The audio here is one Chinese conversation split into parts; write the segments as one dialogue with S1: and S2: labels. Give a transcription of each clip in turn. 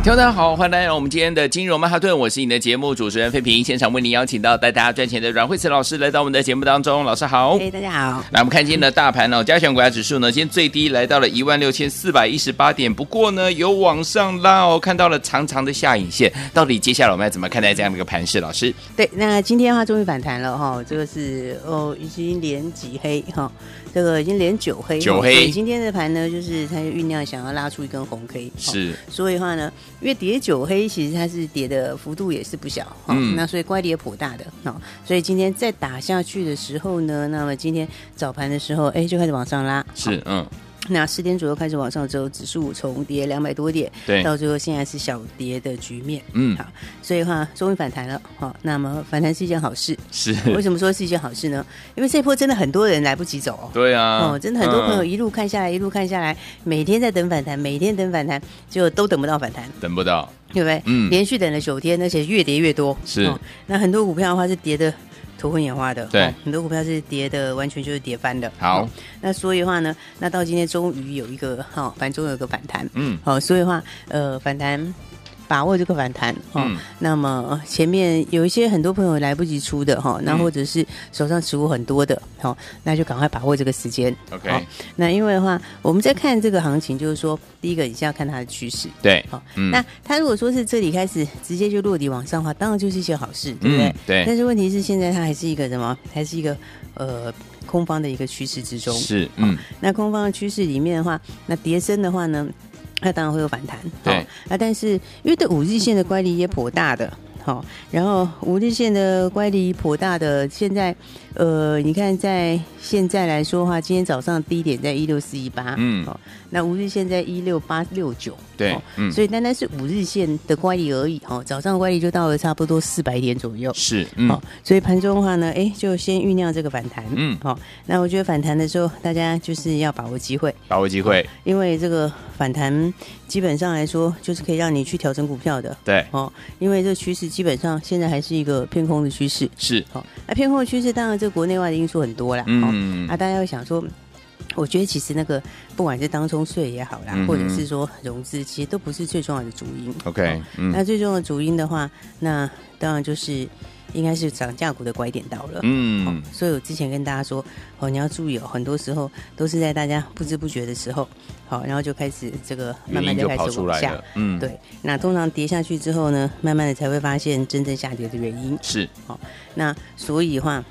S1: 听众大家好，欢迎来到我们今天的金融曼哈顿，我是你的节目主持人费平，现场为您邀请到带大家赚钱的阮慧慈老师来到我们的节目当中，老师好
S2: 哎、。大家好。
S1: 来，我们看今天的大盘哦，加权股价指数呢，今天最低来到了一万六千四百一十八点，不过呢有往上拉哦，看到了长长的下影线，到底接下来我们要怎么看待这样的一个盘势？老师，
S2: 对，那今天的话终于反弹了哈，这个是哦，已经连几黑哈，这个已经连九黑哈，
S1: 九黑
S2: 所以今天的盘呢，就是它就酝酿想要拉出一根红 K，哈
S1: 是
S2: 所以的话呢，因为跌九黑，其实它是跌的幅度也是不小哈、
S1: 嗯
S2: 那所以乖离也颇大的哈、所以今天再打下去的时候呢，那么今天早盘的时候，哎，就开始往上拉，
S1: 是嗯，
S2: 那十点左右开始往上之后，指数重跌两百多点，
S1: 对
S2: 到最后现在是小跌的局面，
S1: 嗯
S2: 好，所以的话终于反弹了，好、那么反弹是一件好 事，
S1: 是，
S2: 为什么说是一件好事呢？因为这一波真的很多人来不及走哦。
S1: 对啊，
S2: 哦，真的很多朋友
S1: 嗯
S2: 一路看下来，一路看下来，每天在等反弹，每天等反弹，就都等不到反弹，
S1: 等不到，
S2: 对不对？
S1: 嗯
S2: 连续等了九天，而且越跌越多。哦
S1: 是
S2: 那很多股票的话是跌的头昏眼花的，哦
S1: 对
S2: 很多股票是跌的完全就是跌翻的。
S1: 好
S2: 哦那所以的话呢，那到今天终于有一个哈、哦，反正终于有个反弹，
S1: 嗯，
S2: 好、所以的话，呃，反弹。把握这个反弹哦，
S1: 嗯
S2: 那么呃前面有一些很多朋友来不及出的哈、哦，那
S1: 嗯
S2: 或者是手上持股很多的，好、那就赶快把握这个时间。
S1: OK
S2: 好那因为的话，我们在看这个行情，就是说，第一个你是要看它的趋势，
S1: 对
S2: 好，
S1: 嗯
S2: 那它如果说是这里开始直接就落地往上的话，当然就是一些好事，对不对？
S1: 嗯对
S2: 但是问题是，现在它还是一个什么？还是一个呃空方的一个趋势之中。
S1: 是嗯
S2: 那空方的趋势里面的话，那跌升的话呢，它当然会有反弹。
S1: 对
S2: 哦那、但是因为对五日线的乖离也颇大的。好，然后五日线的乖离颇大的，现在，呃，你看在现在来说的话，今天早上低点在一六四一八，
S1: 嗯
S2: 哦，那五日线在一六八六九，
S1: 对
S2: 哦
S1: 嗯
S2: 所以单单是五日线的乖离而已，哦，早上乖离就到了差不多四百点左右，
S1: 是嗯
S2: 哦，所以盘中的话呢，哎，就先酝酿这个反弹。
S1: 嗯
S2: 好、那我觉得反弹的时候，大家就是要把握机会，
S1: 把握机会，
S2: 因为这个反弹基本上来说，就是可以让你去调整股票的。
S1: 对
S2: 哦，因为这个趋势基本上现在还是一个偏空的趋势。
S1: 是
S2: 好、那偏空的趋势，当然这国内外的因素很多啦。哦，
S1: 嗯
S2: 啊，大家会想说。我觉得其实那个不管是当冲税也好啦，
S1: 嗯哼
S2: 或者是说融资，其实都不是最重要的主因。
S1: OK
S2: 哦
S1: 嗯
S2: 那最重要的主因的话，那当然就是应该是涨价股的拐点到了。
S1: 嗯
S2: 所以我之前跟大家说，哦，你要注意哦，很多时候都是在大家不知不觉的时候，好、然后就开始这个慢
S1: 原
S2: 慢
S1: 因
S2: 就
S1: 就
S2: 开
S1: 跑
S2: 始
S1: 出
S2: 往
S1: 来
S2: 下
S1: 了。，嗯
S2: 对，那通常跌下去之后呢，慢慢的才会发现真正下跌的原因。
S1: 是
S2: 那所以的话，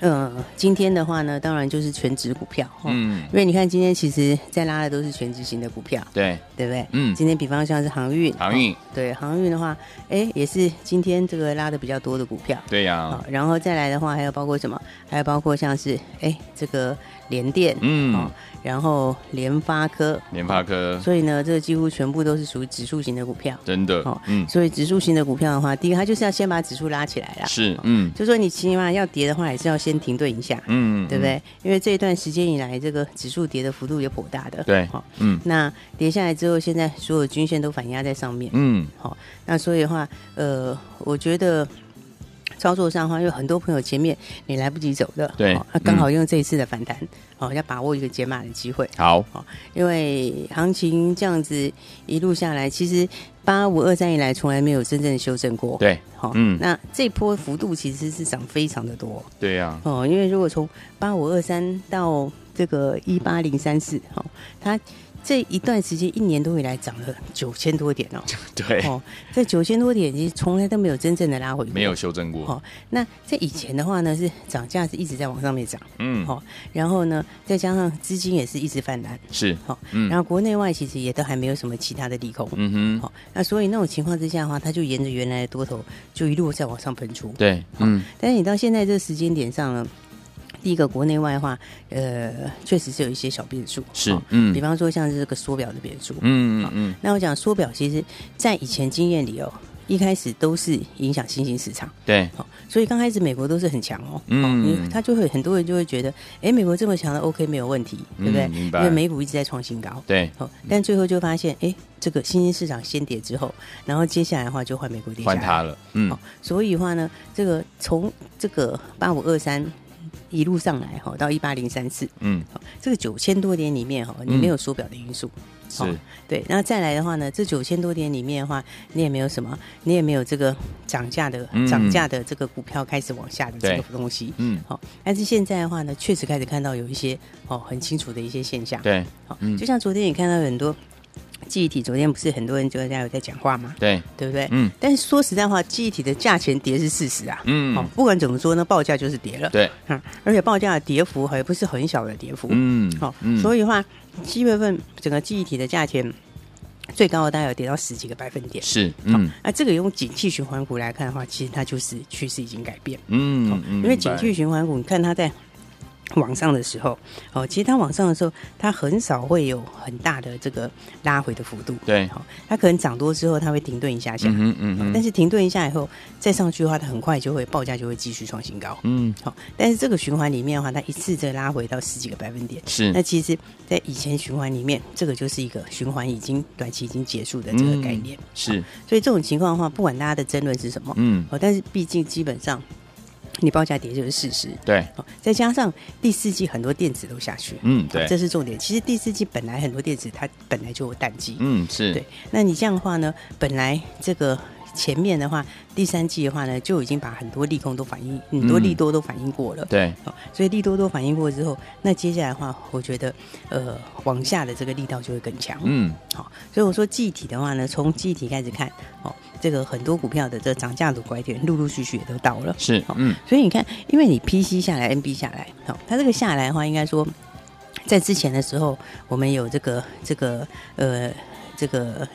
S2: 呃，今天的话呢，当然就是全指股票，哦、
S1: 嗯
S2: 因为你看今天其实在拉的都是全指型的股票，
S1: 对
S2: 对不对？
S1: 嗯
S2: 今天比方像是航运，
S1: 航运
S2: 哦对航运的话，哎，也是今天这个拉的比较多的股票。
S1: 对呀
S2: 好，然后再来的话，还有包括什么？还有包括像是哎这个联电，
S1: 嗯
S2: 哦，然后联发科，
S1: 联发科
S2: 所以呢，这几乎全部都是属于指数型的股票。
S1: 真的
S2: 哦
S1: 嗯
S2: 所以指数型的股票的话，第一，它就是要先把指数拉起来啦。
S1: 是嗯
S2: 就说你起码要跌的话，也是要先停顿一下，
S1: 嗯
S2: 对不对？因为这一段时间以来，这个指数跌的幅度也颇大的。
S1: 对
S2: 好，
S1: 嗯
S2: 那跌下来之后，现在所有均线都反压在上面。
S1: 嗯
S2: 好、那所以的话，呃，我觉得操作上的话，有很多朋友前面你来不及走的，
S1: 对嗯
S2: 哦那刚、好用这一次的反弹，哦，要把握一个解码的机会，
S1: 好
S2: 因为行情这样子一路下来，其实八五二三以来从来没有真正的修正过，，
S1: 对
S2: 好、
S1: 嗯
S2: 那这波幅度其实是涨非常的多
S1: 对呀
S2: 哦，因为如果从八五二三到这个一八零三四，哦，它这一段时间一年多以来涨了九千多点哦。
S1: 对
S2: 哦，这九千多点其实从来都没有真正的拉回过，
S1: 哎没有。修正过
S2: 哦，那在以前的话呢，是涨价是一直在往上面涨，
S1: 嗯
S2: 哦，然后呢，再加上资金也是一直泛滥，
S1: 是
S2: 哦，
S1: 嗯
S2: 然后国内外其实也都还没有什么其他的利空，
S1: 嗯哼
S2: 哦，那所以那种情况之下的话，它就沿着原来的多头就一路在往上喷出。
S1: 对嗯
S2: 但是你到现在这个时间点上呢，第一个国内外的话，呃，确实是有一些小变数，
S1: 是
S2: 哦
S1: 嗯
S2: 比方说像是这个缩表的变数，
S1: 嗯嗯嗯
S2: 那我讲缩表，其实在以前经验里哦，一开始都是影响新兴市场。
S1: 对，
S2: 好，所以刚开始美国都是很强哦，
S1: 嗯
S2: 哦因为他就会很多人就会觉得，哎，美国这么强的 OK 没有问题，对不对？
S1: 嗯明白
S2: 因为美股一直在创新高，
S1: 对
S2: 哦，但最后就发现，哎，这个新兴市场先跌之后，然后接下来的话就换美国跌下
S1: 换
S2: 来
S1: 它，了，嗯
S2: 哦，所以的话呢，这个从这个八五二三一路上来哈、哦，到一八零三四，
S1: 嗯，
S2: 哦，这个九千多点里面哈、哦，你
S1: 嗯
S2: 没有缩表的因素，
S1: 是
S2: 哦对，那再来的话呢，这九千多点里面的话，你也没有什么，你也没有这个涨价的、
S1: 嗯
S2: 涨价的这个股票开始往下的这
S1: 对
S2: 个东西。
S1: 嗯，
S2: 好、但是现在的话呢，确实开始看到有一些哦很清楚的一些现象。，
S1: 对
S2: 好、
S1: 嗯
S2: 就像昨天也看到有很多记忆体，昨天不是很多人就在有在讲话嘛，
S1: 对，
S2: 对不对？
S1: 嗯
S2: 但是说实在话，记忆体的价钱跌是事实啊。好、
S1: 嗯，
S2: 不管怎么说呢，报价就是跌了。
S1: 对，
S2: 嗯， 而且报价的跌幅还不是很小的跌幅。
S1: 嗯，
S2: 好、
S1: 嗯
S2: 所以的话，七月份整个记忆体的价钱最高的大概有跌到十几个百分点。
S1: 是，嗯
S2: 那这个用景气循环股来看的话，其实它就是趋势已经改变，
S1: 嗯，嗯
S2: 因为景气，循环股，你看它在往上的时候，哦，其实它往上的时候，它很少会有很大的这个拉回的幅度。
S1: 对
S2: 好、它可能涨多之后，它会停顿一下下，
S1: 明白嗯哼嗯哼，
S2: 但是停顿一下以后再上去的话，它很快就会报价就会继续创新高。
S1: 嗯
S2: 好、但是这个循环里面的话，它一次再拉回到十几个百分点，
S1: 是
S2: 那其实，在以前循环里面，这个就是一个循环已经短期已经结束的这个概念。
S1: 嗯是，
S2: 所以这种情况的话，不管大家的争论是什么，
S1: 嗯，
S2: 哦，但是毕竟基本上，你报价跌就是事实。
S1: 对，
S2: 哦，再加上第四季很多电子都下去，哦
S1: 嗯对，
S2: 这是重点。其实第四季本来很多电子它本来就有淡季，
S1: 嗯是，
S2: 对，那你这样的话呢，本来这个前面的话，第三季的话呢，就已经把很多利空都反映，很多
S1: 嗯
S2: 利多都反映过了。
S1: 对，
S2: 哦，所以利多多反应过之后，那接下来的话，我觉得呃往下的这个力道就会更强。
S1: 嗯
S2: 好、所以我说记忆体的话呢，从记忆体开始看，哦，这个很多股票的这涨价的拐点陆陆续续也都到了。
S1: 是
S2: 好，
S1: 嗯
S2: 所以你看，因为你 PC 下来，NB 下来，好、它这个下来的话，应该说在之前的时候，我们有这个这个呃这个。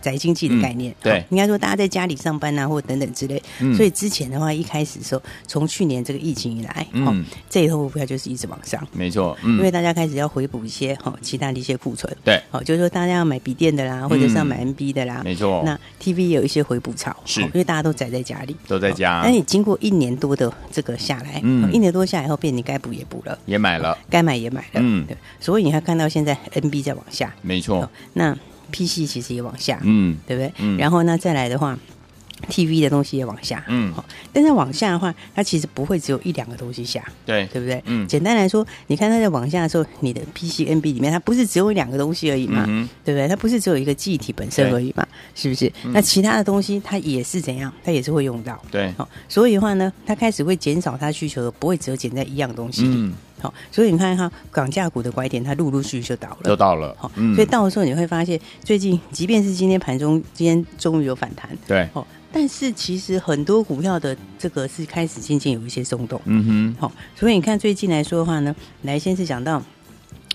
S2: 宅经济的概念，哦
S1: 嗯对
S2: 好应该说大家在家里上班啊，或等等之类，
S1: 嗯，
S2: 所
S1: 以
S2: 以之前的话，一开始的时候，从去年这个疫情以来，哦
S1: 嗯
S2: 这一头股票就是一直往上，
S1: 没错，
S2: 因
S1: 嗯
S2: 为大家开始要回补一些哈、哦、其他的一些库存，
S1: 对，嗯
S2: 哦，就是说大家要买笔电的啦，或者是要买 NB 的啦，
S1: 没错，
S2: 那 TV 也有一些回补潮，
S1: 是
S2: 哦因为大家都宅在家里。哦
S1: 都在家
S2: 那你经过一年多的这个下来，
S1: 嗯
S2: 哦一年多下来后，变你该补也补了，
S1: 也买了，
S2: 该买也买了，
S1: 嗯
S2: 对，所以你还看到现在 NB 在往下，
S1: 没错
S2: 哦，那 PC 其实也往下，
S1: 嗯
S2: 对不对？
S1: 嗯
S2: 然后呢，再来的话，TV 的东西也往下，
S1: 嗯
S2: 好，但是往下的话，它其实不会只有一两个东西下，
S1: 对，
S2: 对不对？
S1: 嗯
S2: 简单来说，你看它在往下的时候，你的 PCNB 里面它不是只有两个东西而已嘛，
S1: 嗯哼
S2: 对不对？它不是只有一个记忆体本身
S1: 对嗯
S2: 而已嘛，是不是？那其他的东西它也是怎样，它也是会用到。
S1: 对，嗯
S2: 好、所以的话呢，它开始会减少它需求的，不会只有减在一样东西里。
S1: 嗯
S2: 好、所以你看哈，港价股的拐点它陆陆续续就倒了，
S1: 都到了
S2: 好、，
S1: 嗯
S2: 所以到的时候你会发现，最近即便是今天盘中，今天终于有反弹，
S1: 对，
S2: 哦，但是其实很多股票的这个是开始渐渐有一些松动，
S1: 嗯哼，
S2: 好、所以你看最近来说的话呢，来先是讲到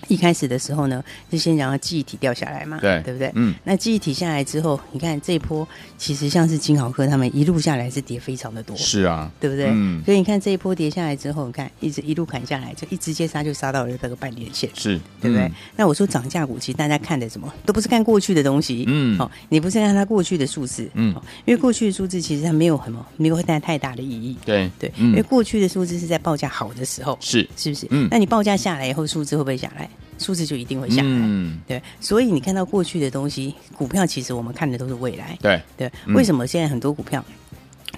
S2: 一开始的时候呢，就先讲到记忆体掉下来嘛，
S1: 对，
S2: 对不对？
S1: 嗯
S2: 那记忆体下来之后，你看这一波其实像是金豪科他们一路下来是跌非常的多，
S1: 是啊，
S2: 对不对？
S1: 嗯
S2: 所以你看这一波跌下来之后，你看一直一路砍下来，就一直接杀就杀到了这个半年线，
S1: 是，
S2: 对不对？
S1: 嗯
S2: 那我说涨价股，其实大家看的什么都不是看过去的东西，
S1: 嗯
S2: 哦，你不是看它过去的数字，
S1: 嗯
S2: 哦，因为过去的数字其实它没有什么没有太太大的意义，
S1: 对
S2: 对，
S1: 嗯
S2: 因为过去的数字是在报价好的时候，
S1: 是，
S2: 是不是？
S1: 嗯
S2: 那你报价下来以后，数字会不会下来？数字就一定会下来。
S1: 嗯，
S2: 对，所以你看到过去的东西，股票其实我们看的都是未来。
S1: 对，
S2: 对，
S1: 嗯
S2: 为什么现在很多股票，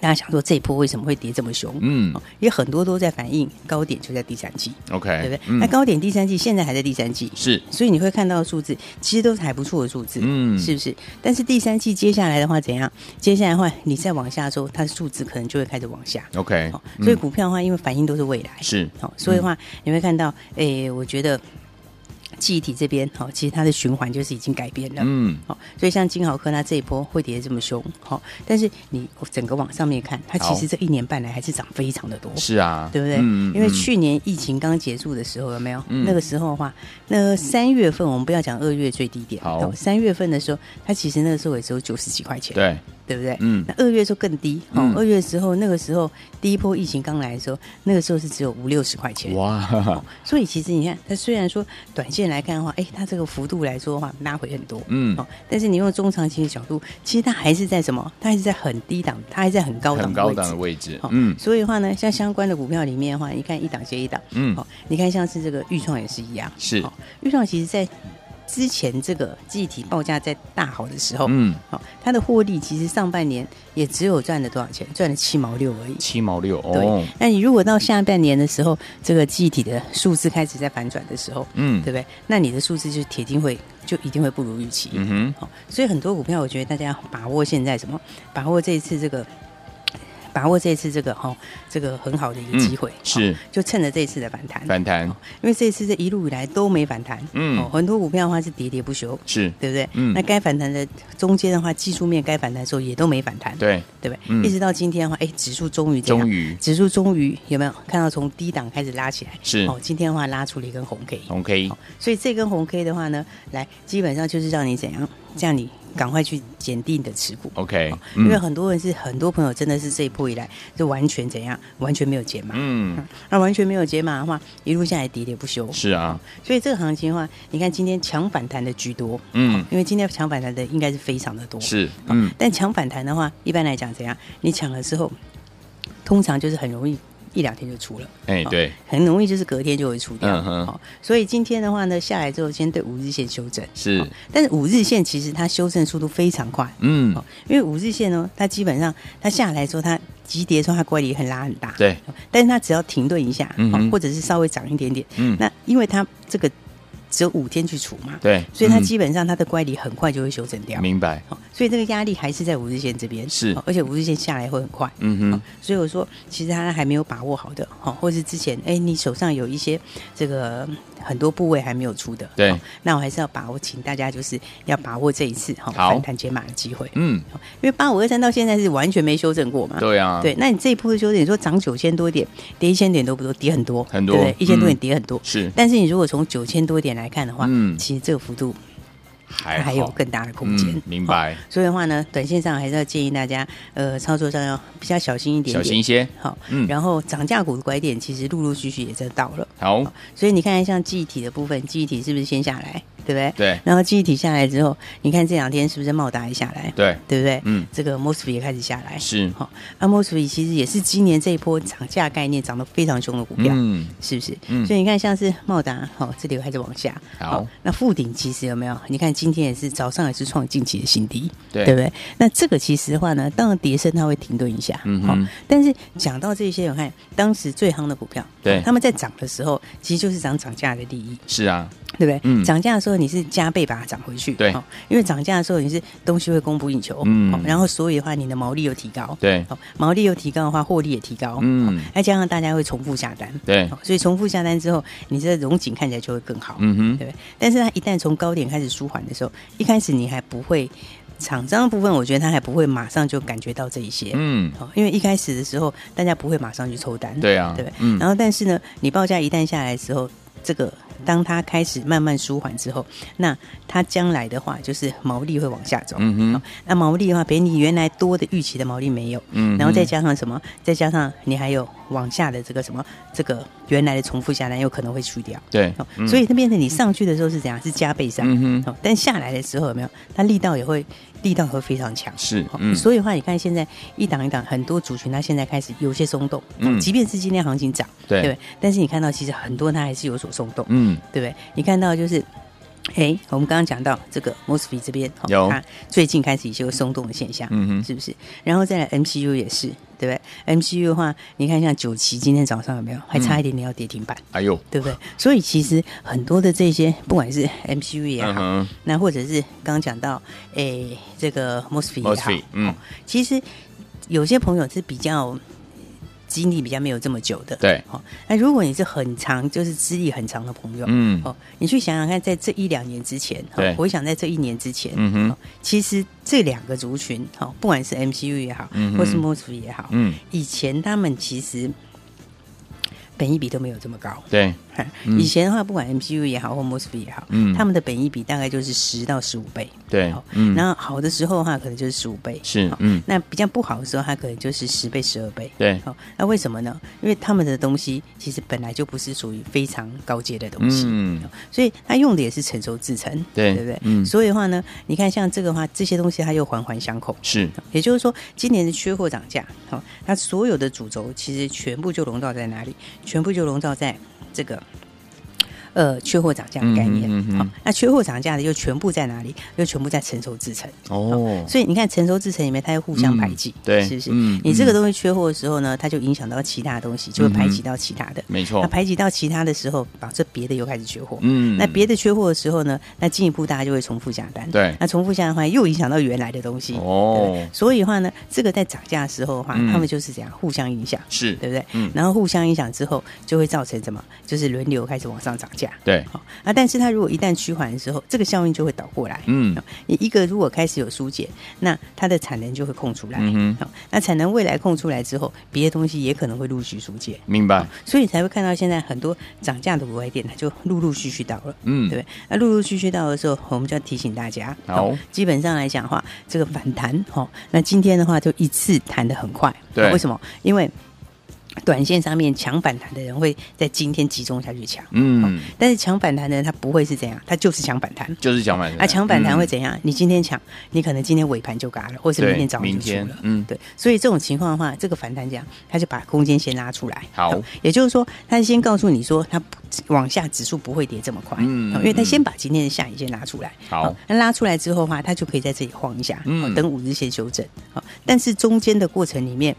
S2: 大家想说这一波为什么会跌这么凶？
S1: 嗯
S2: 哦也很多都在反映高点就在第三季，
S1: ，OK，
S2: 对不对？
S1: 嗯
S2: 那高点第三季现在还在第三季，
S1: 是，
S2: 所以你会看到的数字其实都是还不错的数字，
S1: 嗯
S2: 是不是？但是第三季接下来的话怎样？接下来的话，你再往下的时候，它的数字可能就会开始往下。
S1: OK，
S2: 哦，
S1: 嗯
S2: 所以股票的话，因为反应都是未来，
S1: 是，嗯
S2: 哦，所以的话，你会看到，诶、我觉得记忆体这边，哦，其实它的循环就是已经改变了。
S1: 嗯，
S2: 好、所以像金豪科它这一波会跌得这么凶，好、但是你整个往上面看，它其
S1: 好
S2: 实这一年半来还是涨非常的多，
S1: 是啊，
S2: 对不对？
S1: 嗯
S2: 因为，去年疫情刚结束的时候，有没有？
S1: 嗯
S2: 那个时候的话，那三月份我们不要讲二月最低点，
S1: 好
S2: 哦三月份的时候，它其实那个时候也只有九十几块钱，
S1: 对，
S2: 对不对？
S1: 嗯
S2: 那二月的时候更低，哦
S1: 嗯，
S2: 二月的时候那个时候第一波疫情刚来的时候，那个时候是只有五六十块钱。哦
S1: 哇，
S2: 所以其实你看，它虽然说短线线来看的话，哎，它这个幅度来说的话，拉回很多。
S1: 嗯，
S2: 哦，但是你用中长期的角度，其实它还是在什么？它还是在很低档，它还是在很高档
S1: 很
S2: 的
S1: 高
S2: 位置
S1: 档。的位置
S2: 好、，
S1: 嗯
S2: 所以的话呢，像相关的股票里面的话，你看一档接一档，
S1: 嗯
S2: 好、你看像是这个豫创也是一样，
S1: 是
S2: 好豫创其实在之前这个记忆体报价在大好的时候，
S1: 嗯，
S2: 好、它的获利其实上半年也只有赚了多少钱？赚了七毛六而已。
S1: 七毛六哦
S2: 对，，那你如果到下半年的时候，这个记忆体的数字开始在反转的时候，
S1: 嗯
S2: 对不对？那你的数字就铁定会就一定会不如预期。
S1: 嗯哼，
S2: 好，所以很多股票，我觉得大家要把握现在什么？把握这一次这个，把握这一次这个哈、哦，这个很好的一个机会，
S1: 嗯是
S2: 哦就趁着这一次的反弹，
S1: 反弹
S2: 因为这一次这一路以来都没反弹，哦
S1: 嗯
S2: 很多股票的话是喋喋不休，
S1: 是，
S2: 对不对？
S1: 嗯
S2: 那该反弹的中间的话，技术面该反弹的时候也都没反弹，
S1: 对，
S2: 对不对？
S1: 嗯
S2: 一直到今天的话，哎，指数终于怎样
S1: 终于
S2: 指数终于有没有看到从低档开始拉起来？
S1: 是哦
S2: 哦，今天的话拉出了一根红 K，
S1: OK，
S2: 好所以这根红 K 的话呢，来基本上就是让你怎样，让你赶快去减低你的持股。
S1: OK，
S2: 因为
S1: 嗯
S2: 很多人是很多朋友真的是这一波以来就完全怎样，完全没有解码。
S1: 嗯，
S2: 那完全没有解码的话，一路下来喋喋不休。
S1: 是啊，
S2: 所以这个行情的话，你看今天强反弹的居多，
S1: 嗯
S2: 因为今天强反弹的应该是非常的多。
S1: 是，嗯
S2: 但抢反弹的话，一般来讲怎样？你抢了之后，通常就是很容易一两天就出了。
S1: 哎
S2: 哦
S1: 对，
S2: 很容易就是隔天就会出掉。
S1: 嗯哼
S2: 哦，所以今天的话呢，下来之后先对五日线修正。
S1: 是
S2: 哦，但是五日线其实它修正速度非常快。
S1: 嗯
S2: 哦，因为五日线呢，它基本上它下来之后，它急跌的时候，它乖离很拉很大。
S1: 对，
S2: 哦，但是它只要停顿一下，
S1: 嗯
S2: 哦
S1: 哼
S2: 或者是稍微涨一点点，
S1: 嗯
S2: 那因为它这个只有五天去除嘛，
S1: 对，
S2: 所以它
S1: 嗯
S2: 基本上它的乖离很快就会修正掉。
S1: 明白，
S2: 哦所以这个压力还是在五日线这边，
S1: 是
S2: 哦而且五日线下来会很快，
S1: 嗯哼，
S2: 所以我说，其实他还没有把握好的，哈，或是之前，哎，你手上有一些这个嗯很多部位还没有出的，
S1: 对
S2: 哦那我还是要把握，请大家就是要把握这一次哈
S1: 好
S2: 反弹解码的机会，
S1: 嗯，
S2: 哦因为八五二三到现在是完全没修正过嘛，
S1: 对啊，
S2: 对，那你这一波的修正，你说涨九千多点，跌一千点都不多，跌很多，
S1: 很多
S2: 对不对？一千多
S1: 嗯
S2: 点跌很多，
S1: 是
S2: 但是你如果从九千多点来看的话，
S1: 嗯
S2: 其实这个幅度
S1: 还
S2: 还有
S1: 好
S2: 更大的空间
S1: 嗯，明
S2: 哦
S1: 白，
S2: 所以的话呢，短线上还是要建议大家，呃，操作上要比较小心一点
S1: 小心一
S2: 点。
S1: 些，
S2: 好，
S1: 嗯
S2: 然后涨价股的拐点其实陆陆续续也在到了，
S1: 好，
S2: 所以你看像记忆体的部分，记忆体是不是先下来，对不对？
S1: 对
S2: 然后记忆体下来之后，你看这两天是不是茂达也下来，
S1: 对，
S2: 对不对？
S1: 嗯，
S2: 这个 MOSFET 也开始下来，
S1: 是，
S2: 好，那 MOSFET 其实也是今年这一波涨价概念涨得非常凶的股票，
S1: 嗯，
S2: 是不是？
S1: 嗯
S2: 所以你看像是茂达，好、这里开始往下，
S1: 好
S2: 那富鼎其实有没有？你看今天也是早上也是创近期的新低，
S1: 对
S2: 不对？那这个其实的话呢，当然跌升它会停顿一下，
S1: 嗯哼
S2: 但是讲到这些，我看当时最夯的股票，
S1: 对
S2: 哦他们在涨的时候，其实就是涨涨价的利益，
S1: 是啊，
S2: 对不对？
S1: 嗯
S2: 涨价的时候你是加倍把它涨回去，
S1: 对
S2: 哦因为涨价的时候你是东西会供不应求，
S1: 嗯
S2: 哦然后所以的话你的毛利又提高，
S1: 对，
S2: 哦，毛利又提高的话，获利也提高，
S1: 嗯
S2: 哦再加上大家会重复下单，
S1: 对
S2: 哦所以重复下单之后，你这融景看起来就会更好，
S1: 嗯哼，
S2: 对不对？但是它一旦从高点开始舒缓的时候，一开始你还不会，厂商部分我觉得他还不会马上就感觉到这一些，
S1: 嗯，
S2: 哦，因为一开始的时候大家不会马上去抽单，
S1: 对啊，
S2: 对不对？
S1: 嗯
S2: 然，后但是呢，你报价一旦下来之后，这个当它开始慢慢舒缓之后，那它将来的话就是毛利会往下走。
S1: 嗯哼
S2: 好，那毛利的话，比你原来多的预期的毛利没有，
S1: 嗯哼
S2: 然后再加上什么？再加上你还有往下的这个什么，这个原来的重复下单有可能会去掉。
S1: 对
S2: 哦，
S1: 嗯
S2: 所以它变成你上去的时候是怎样？是加倍上，
S1: 嗯哼
S2: 哦，但下来的时候有没有？它力道也会力道也会非常强，
S1: 是
S2: 哦
S1: 嗯
S2: 所以的话，你看现在一档一档，很多族群它现在开始有些松动，
S1: 嗯
S2: 嗯，即便是今天行情涨，
S1: 对
S2: 不对，但是你看到其实很多它还是有所松动，
S1: 嗯，
S2: 对不对？你看到就是。哎，我们刚刚讲到这个 MOSFET 这边，哦
S1: 有
S2: 它最近开始有些松动的现象，
S1: 嗯哼
S2: 是不是？然后再来 MCU 也是，对不对？MCU 的话，你看像九旗今天早上有没有，还
S1: 嗯
S2: 差一点点要跌停板，
S1: 哎呦，
S2: 对不对？所以其实很多的这些，不管是 MCU 也好，
S1: 嗯哼
S2: 那或者是刚刚讲到诶这个 MOSFET 也好
S1: MOSFET，嗯
S2: 哦其实有些朋友是比较经历比较没有这么久的，
S1: 对
S2: 哦，那如果你是很长，就是资历很长的朋友，
S1: 嗯
S2: 哦，你去想想看，在这一两年之前，哦
S1: 对
S2: 回想在这一年之前，
S1: 嗯哼
S2: 哦，其实这两个族群，哦，不管是 MCU 也好，
S1: 嗯哼
S2: 或是 MOSFET 也好，
S1: 嗯，
S2: 以前他们其实本益比都没有这么高，
S1: 对，
S2: 哈以前的话，不管 MCU 也好或 MOSFET E 也好，
S1: 嗯
S2: 他们的本益比大概就是十到十五倍。
S1: 对
S2: 好，
S1: 嗯，
S2: 然后好的时候的话，可能就是十五倍。
S1: 是
S2: 好
S1: 嗯
S2: 那比较不好的时候，它可能就是十倍、十二倍。
S1: 对
S2: 好，那为什么呢？因为他们的东西其实本来就不是属于非常高阶的东西，
S1: 嗯
S2: 所以它用的也是成熟制成，
S1: 对
S2: 对不对？
S1: 嗯
S2: 所以的话呢，你看像这个的话，这些东西它又环环相扣。
S1: 是
S2: 也就是说，今年的缺货涨价，好、它所有的主轴其实全部就笼罩在哪里？全部就笼罩在这个呃缺货涨价的概念。好、
S1: 嗯哼嗯哼
S2: 那缺货涨价的又全部在哪里？又全部在成熟制程。
S1: 哦，
S2: 所以你看，成熟制程里面它又互相排挤，
S1: 嗯对
S2: 是不是？
S1: 嗯
S2: 你这个
S1: 嗯
S2: 东西缺货的时候呢，它就影响到其他的东西，就会排挤到其他的。
S1: 没
S2: 那
S1: 错，
S2: 排挤到其他的时候，导致别的又开始缺货。
S1: 哦嗯
S2: 那别的缺货的时候呢，那进一步大家就会重复下单。
S1: 对
S2: 那重复下单的话，又影响到原来的东西。对不
S1: 哦
S2: 对，所以的话呢，这个在涨价的时候的话，
S1: 嗯
S2: 他们就是这样互相影响，
S1: 是
S2: 对不对？
S1: 嗯
S2: 然后互相影响之后，就会造成什么？就是轮流开始往上涨价。
S1: 对，
S2: 好、啊，但是它如果一旦趋缓的时候，这个效应就会倒过来。
S1: 嗯
S2: 好你一个如果开始有疏解，那它的产能就会空出来。
S1: 嗯
S2: 好，那产能未来空出来之后，别的东西也可能会陆续疏解。
S1: 明白，
S2: 所以才会看到现在很多涨价的国外店，它就陆陆续续到了，
S1: 嗯
S2: 对不对？那陆陆续续到的时候，我们就要提醒大家，
S1: 好
S2: 哦基本上来讲的话，这个反弹，哦，那今天的话就一次弹得很快，
S1: 对
S2: 哦为什么？因为短线上面强反弹的人会在今天集中下去抢，
S1: 嗯，
S2: 但是强反弹的人他不会是这样，他就是强反弹。
S1: 就是讲反弹，
S2: 啊，强反弹会
S1: 嗯
S2: 怎样？你今天抢，你可能今天尾盘就嘎了，或是明
S1: 对
S2: 天早上
S1: 明
S2: 就出
S1: 天
S2: 了。
S1: 嗯，
S2: 对，所以这种情况的话，这个反弹讲，它就把空间先拉出来。
S1: 好
S2: 也就是说，它先告诉你说，它不往下指数不会跌这么快，
S1: 嗯
S2: 好因为它先把今天的下影线拉出来。
S1: 好
S2: 那拉出来之后的话，它就可以在这里晃一下，
S1: 嗯
S2: 嗯，等五日线修正。好，但是中间的过程里面。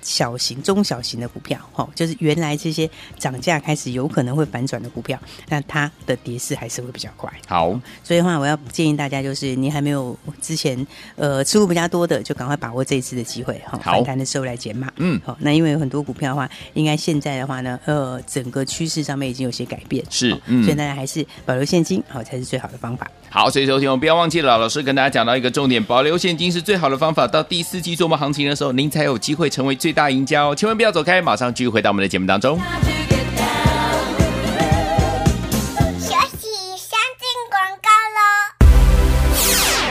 S2: 小型、中小型的股票，哦，就是原来这些涨价开始有可能会反转的股票，那它的跌势还是会比较快。
S1: 好，
S2: 所以的话，我要建议大家就是，你还没有之前呃持股比较多的，就赶快把握这一次的机会哈，
S1: 好
S2: 反弹的时候来减码。
S1: 嗯
S2: 好、那因为有很多股票的话，应该现在的话呢，呃，整个趋势上面已经有些改变，
S1: 是
S2: 好
S1: 嗯
S2: 所以大家还是保留现金，好、才是最好的方法。
S1: 好，所以收听我们不要忘记了，老师跟大家讲到一个重点，保留现金是最好的方法。到第四季做梦行情的时候，您才有机会成为最大赢家哦！千万不要走开，马上继续回到我们的节目当中。
S3: 学习相进广告喽。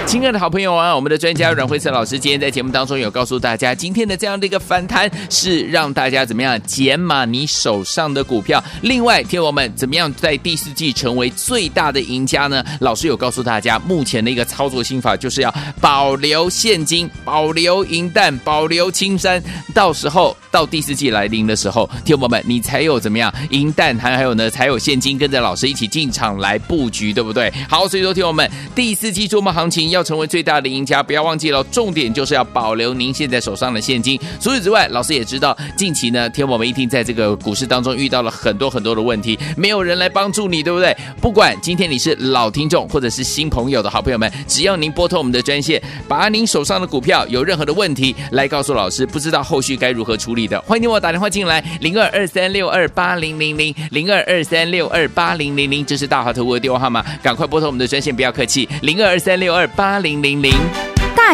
S1: 亲爱的好朋友啊，我们的专家阮慧慈老师今天在节目当中有告诉大家，今天的这样的一个反弹是让大家怎么样减码你手上的股票。另外，听友们怎么样在第四季成为最大的赢家呢？老师有告诉大家，目前的一个操作心法就是要保留现金、保留银弹、保留青山，到时候到第四季来临的时候，听友们你才有怎么样银弹，还还有呢才有现金，跟着老师一起进场来布局，对不对？好，所以说听友们第四季做梦行情要成为最大的赢家，不要忘记了，重点就是要保留您现在手上的现金。除此之外，老师也知道，近期呢，天宝们一定在这个股市当中遇到了很多很多的问题，没有人来帮助你，对不对？不管今天你是老听众或者是新朋友的好朋友们，只要您拨通我们的专线，把您手上的股票有任何的问题来告诉老师，不知道后续该如何处理的，欢迎您我打电话进来，零二二三六二八零零零零二二三六二八零零零，这是大华投顾的电话号码，赶快拨通我们的专线，不要客气，零二二三六二八零零零。
S4: 大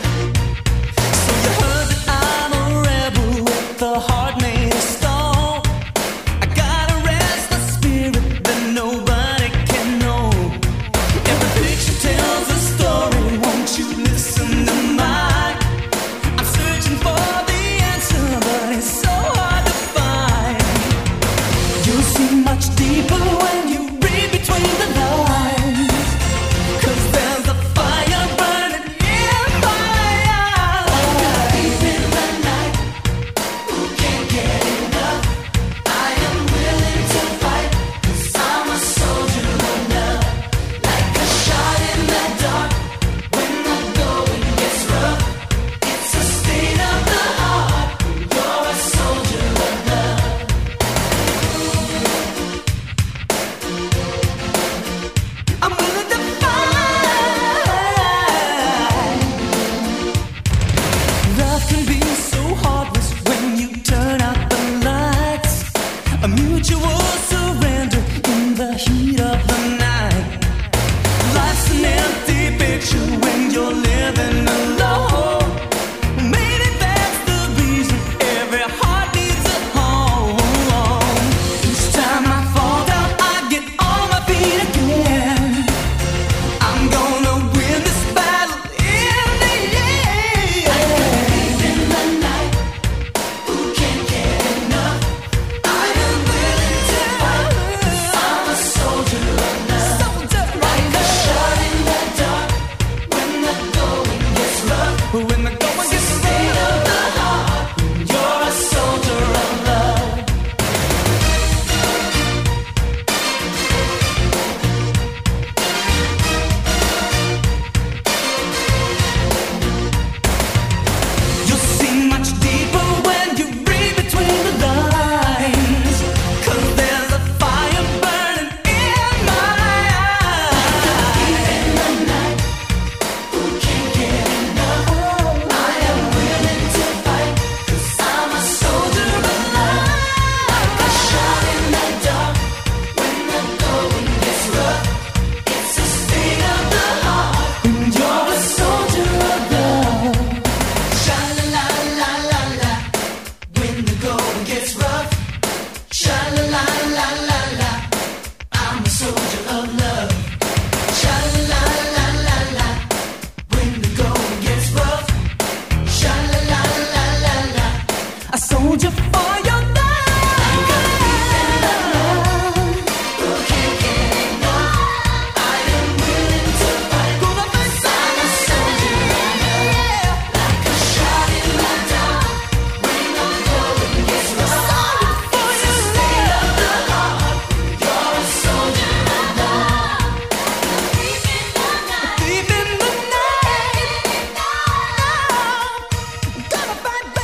S5: So you heard that I'm a rebel with a heart made of stone. I got a restless spirit that nobody can know. Every picture tells a story. Won't you listen to mine? I'm searching for the answer, but it's so hard to find. You'll see much deeper when you read between the lines. Cause there's a fire burning in my eyes. Deep in the night, who can't get enough? I am willing to fight, cause I'm a soldier of love. Like a shot in the dark, when the going gets rough. It's a state of the heart, you're a soldier of love. I'm willing to fight. Love can be so heartless when you turn out the lights. A mutual surrender in the heat of the night. Life's an empty picture when you're living alone. Maybe that's the reason every heart needs a home. Each time I fall down, I get on my feet again. I'm gonna win this battle in the end. I believe in the night. Who can get enough? I am willing to fight. I'm a soldier of love. Like a shot in the dark. When the going gets rough. When the going gets rough. State of the heart. You're a soldier of love. You'll see much deeper when you read between the lines. Cause there's a fire burning in my eyes. in the night, who can get enough? I am willing to fight. Cause I'm a soldier of love. Like a shot in the dark. When the going gets rough, it's a state of the heart. When you're a soldier of love. Sha la la la la la. When the going gets rough. Sha la la la la la. I'm a soldier of love. Sha la la la la. When the going gets rough. Sha la la la la la. A soldier for your love. Who can't get enough? I am willing to fight. I'm a soldier of love. Like a shot in the dark. When the going gets rough. It's a state of the heart. You're a soldier of love. Deep in the night. Deep in the night. Gotta fight, baby.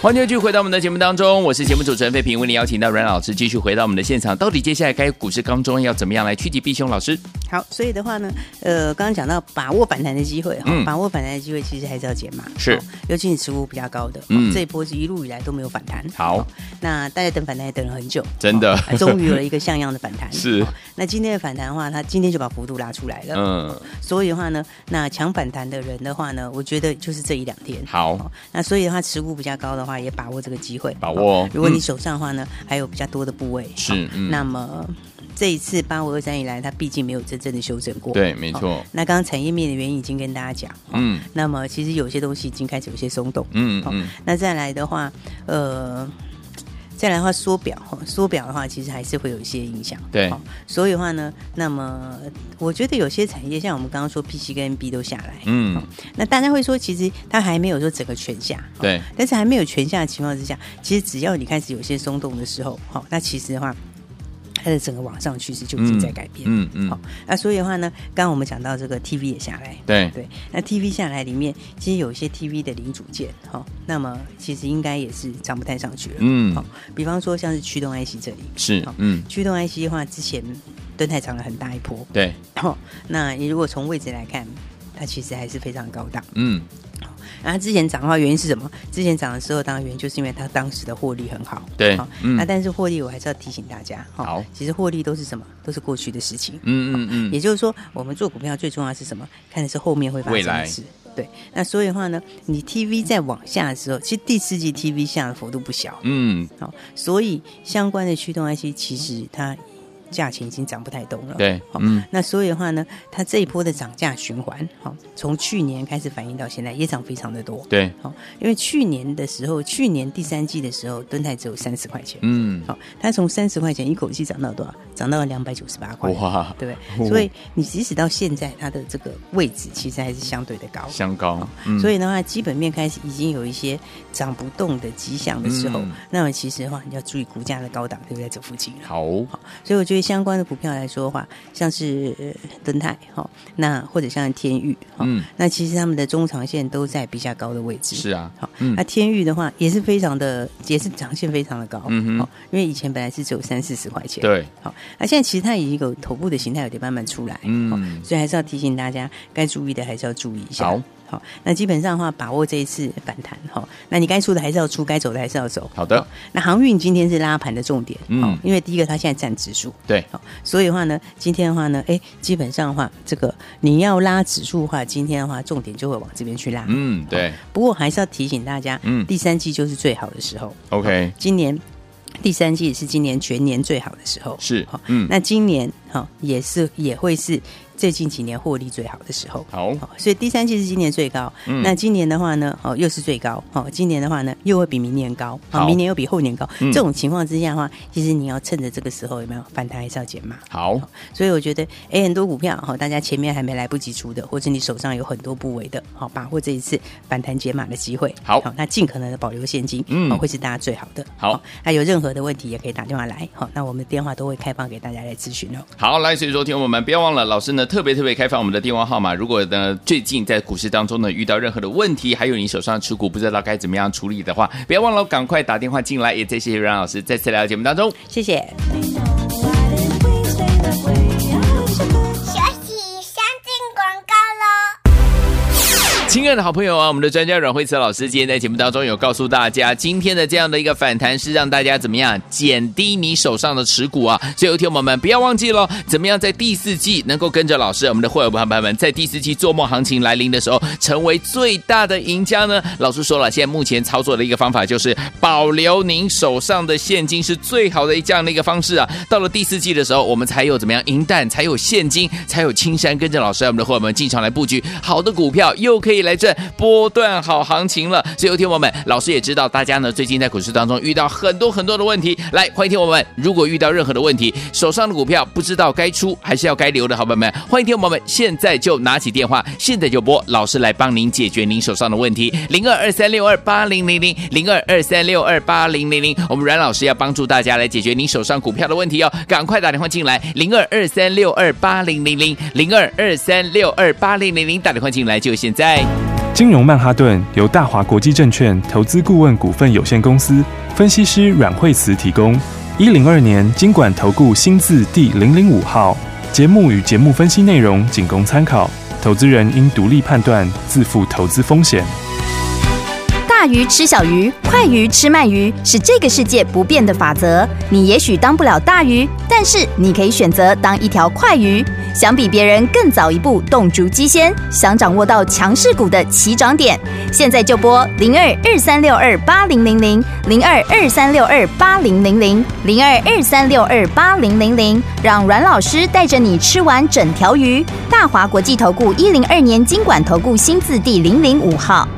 S1: 欢迎继续回到我们的节目当中，我是节目主持人费平，为您邀请到阮老师继续回到我们的现场。到底接下来该股市当中要怎么样来趋吉避凶？老师，
S2: 好，所以的话呢，呃，刚刚讲到把握反弹的机会哈、
S1: 嗯
S2: 把握反弹的机会其实还是要减码，
S1: 是
S2: 哦尤其你持股比较高的，
S1: 嗯
S2: 嗯，这一波是一路以来都没有反弹，
S1: 好
S2: 哦那大家等反弹也等了很久，
S1: 真的
S2: 哦终于有了一个像样的反 弹，
S1: 是
S2: 哦那今天的反弹的话，它今天就把幅度拉出来了，
S1: 嗯，
S2: 所以的话呢，那抢反弹的人的话呢，我觉得就是这一两天。
S1: 好
S2: 哦，那所以的话，持股比较高的话，也把握这个机会，
S1: 把握哦
S2: 如果
S1: 嗯
S2: 你手上的话呢，还有比较多的部位，
S1: 是
S2: 哦
S1: 嗯
S2: 那么这一次八五二三以来，它毕竟没有真正的修正过。
S1: 对没错
S2: 哦那刚刚产业面的原因已经跟大家讲，哦
S1: 嗯，
S2: 那么其实有些东西已经开始有些松动，
S1: 嗯
S2: 哦
S1: 嗯
S2: 那再来的话，呃。再来的话，缩表哈，缩表的话，其实还是会有一些影响。
S1: 对
S2: 好所以的话呢，那么我觉得有些产业，像我们刚刚说 PC 跟 NB 都下来，
S1: 嗯，
S2: 那大家会说，其实它还没有说整个全下，哦
S1: 对
S2: 但是还没有全下的情况之下，其实只要你开始有些松动的时候，好、那其实的话，它的整个往上趋势就已经在改变，
S1: 嗯嗯
S2: 好、
S1: 嗯
S2: 那所以的话呢，刚刚我们讲到这个 TV 也下来，
S1: 对
S2: 对，那 TV 下来里面，其实有一些 TV 的零组件，好、那么其实应该也是涨不太上去了，
S1: 嗯
S2: 好、比方说像是驱动 IC 这里，
S1: 是
S2: 好，
S1: 嗯，
S2: 驱动 IC 的话，之前蹲台涨了很大一波，
S1: 对，
S2: 好、哦那你如果从位置来看，它其实还是非常高档。
S1: 嗯
S2: 然后之前涨的话，原因是什么？之前涨的时候，当然原因就是因为它当时的获利很好。
S1: 对
S2: 好
S1: 嗯
S2: 那但是获利我还是要提醒大家，哦
S1: 好
S2: 其实获利都是什么？都是过去的事情。
S1: 嗯嗯
S2: 也
S1: 嗯，
S2: 就是说，我们做股票最重要的是什么？看的是后面会发生
S1: 未来
S2: 的事。对，那所以的话呢，你 TV 在往下的时候，其实第四季 TV 下的幅度不小，
S1: 嗯，
S2: 好、所以相关的驱动 IC 其实它价钱已经涨不太动了。
S1: 对
S2: 好、
S1: 嗯
S2: 那所以的话呢，它这一波的涨价循环，好、从去年开始反映到现在，也涨非常的多。
S1: 对，
S2: 好、因为去年的时候，去年第三季的时候，吨泰只有三十块钱，
S1: 嗯，
S2: 好、它从三十块钱一口气涨到多少？涨到了两百九十八块，
S1: 哇，
S2: 对不
S1: 哦
S2: 对？所以你即使到现在，它的这个位置其实还是相对的高。
S1: 香膏，
S2: 哦
S1: 嗯
S2: 所
S1: 以
S2: 以的话，基本面开始已经有一些涨不动的迹象的时候，
S1: 嗯
S2: 那么其实的话，你要注意股价的高档就在这附近了。
S1: 好，
S2: 所以我觉得相关的股票来说的话，像是呃敦泰哈、哦，那或者像天域哈、哦
S1: 嗯
S2: 那其实他们的中长线都在比较高的位置。
S1: 是啊
S2: 好、
S1: 嗯
S2: 那天域的话也是非常的，也是长线非常的高。
S1: 嗯哼
S2: 哦，因为以前本来是只有三四十块钱。。
S1: 对，
S2: 好、那现在其实它已经有头部的形态有点慢慢出来。
S1: 嗯
S2: 哦所以还是要提醒大家，该注意的还是要注意一下。
S1: 好。
S2: 好，那基本上的话，把握这一次反弹哈、哦那你该出的还是要出，该走的还是要走。
S1: 好的
S2: 哦那航运今天是拉盘的重点，
S1: 嗯
S2: 哦因为第一个它现在占指数，
S1: 对，
S2: 好，所以的话呢，今天的话呢，哎，基本上的话，这个你要拉指数的话，今天的话重点就会往这边去拉。
S1: 嗯对
S2: 不过还是要提醒大家，
S1: 嗯
S2: 第三季就是最好的时候。
S1: ，OK，
S2: 今年第三季是今年全年最好的时候。
S1: 是
S2: 好，
S1: 嗯
S2: 那今年好也是也会是最近几年获利最好的时候。
S1: 好，
S2: 好所以第三季是今年最高，
S1: 嗯
S2: 那今年的话呢，哦又是最高，哦今年的话呢又会比明年高，
S1: 好
S2: 哦明年又比后年高，
S1: 嗯
S2: 这种情况之下的话，其实你要趁着这个时候有没有反弹还是要减码？
S1: 好，
S2: 所以我觉得，哎，很多股票哈，哦大家前面还没来不及出的，或者你手上有很多部位的，好，把握这一次反弹解码的机会。
S1: 好
S2: 那尽可能的保留现金，
S1: 嗯
S2: 嗯，会是大家最好的。
S1: 好
S2: 那有任何的问题也可以打电话来，好，那我们电话都会开放给大家来咨询哦。
S1: 好，来，所以说，听我们不要忘了，老师呢特别特别开放我们的电话号码。如果呢最近在股市当中呢遇到任何的问题，还有你手上持股不知道该怎么样处理的话，不要忘了赶快打电话进来。也再谢谢阮老师再次来到节目当中。
S2: 谢谢。
S3: 学习先进广告喽。
S1: 亲爱的好朋友啊，我们的专家阮慧慈老师今天在节目当中有告诉大家，今天的这样的一个反弹是让大家怎么样减低你手上的持股啊。所以，有听我们不要忘记喽，怎么样在第四季能够跟着老师，我们的会员朋友们在第四季做梦行情来临的时候，成为最大的赢家呢？老师说了，现在目前操作的一个方法就是保留您手上的现金是最好的这样的一个方式啊。到了第四季的时候，我们才有怎么样赢蛋，才有现金，才有青山跟着老师，我们的伙伴们进场来布局好的股票，又可以来赚波段好行情了。所以，有听我们，老师也知道大家呢最近在股市当中遇到很多很多的问题，来欢迎听我们，如果遇到任何的问题，手上的股票不知道该出还是要该留的好朋友们，欢迎听我们现在就拿起电话，现在就拨，老师来帮您解决您手上的问题，零二二三六二八零零零零二二三六二八零零零，我们阮老师要帮助大家来解决您手上股票的问题哦，赶快打电话进来，零二二三六二八零零零零二二三六二八零零零，打电话进来就现在。
S6: 金融曼哈顿由大华国际证券投资顾问股份有限公司分析师阮惠慈提供。一零二年经管投顾新字第零零五号。节目与节目分析内容仅供参考，投资人应独立判断，自负投资风险。
S4: 大鱼吃小鱼，快鱼吃慢鱼，是这个世界不变的法则。你也许当不了大鱼，但是你可以选择当一条快鱼。想比别人更早一步动足机先，想掌握到强势股的起涨点，现在就拨零二二三六二八零零零零二二三六二八零零零零二二三六二八零零零，让阮老师带着你吃完整条鱼。大华国际投顾一零二年经管投顾新字第零零五号。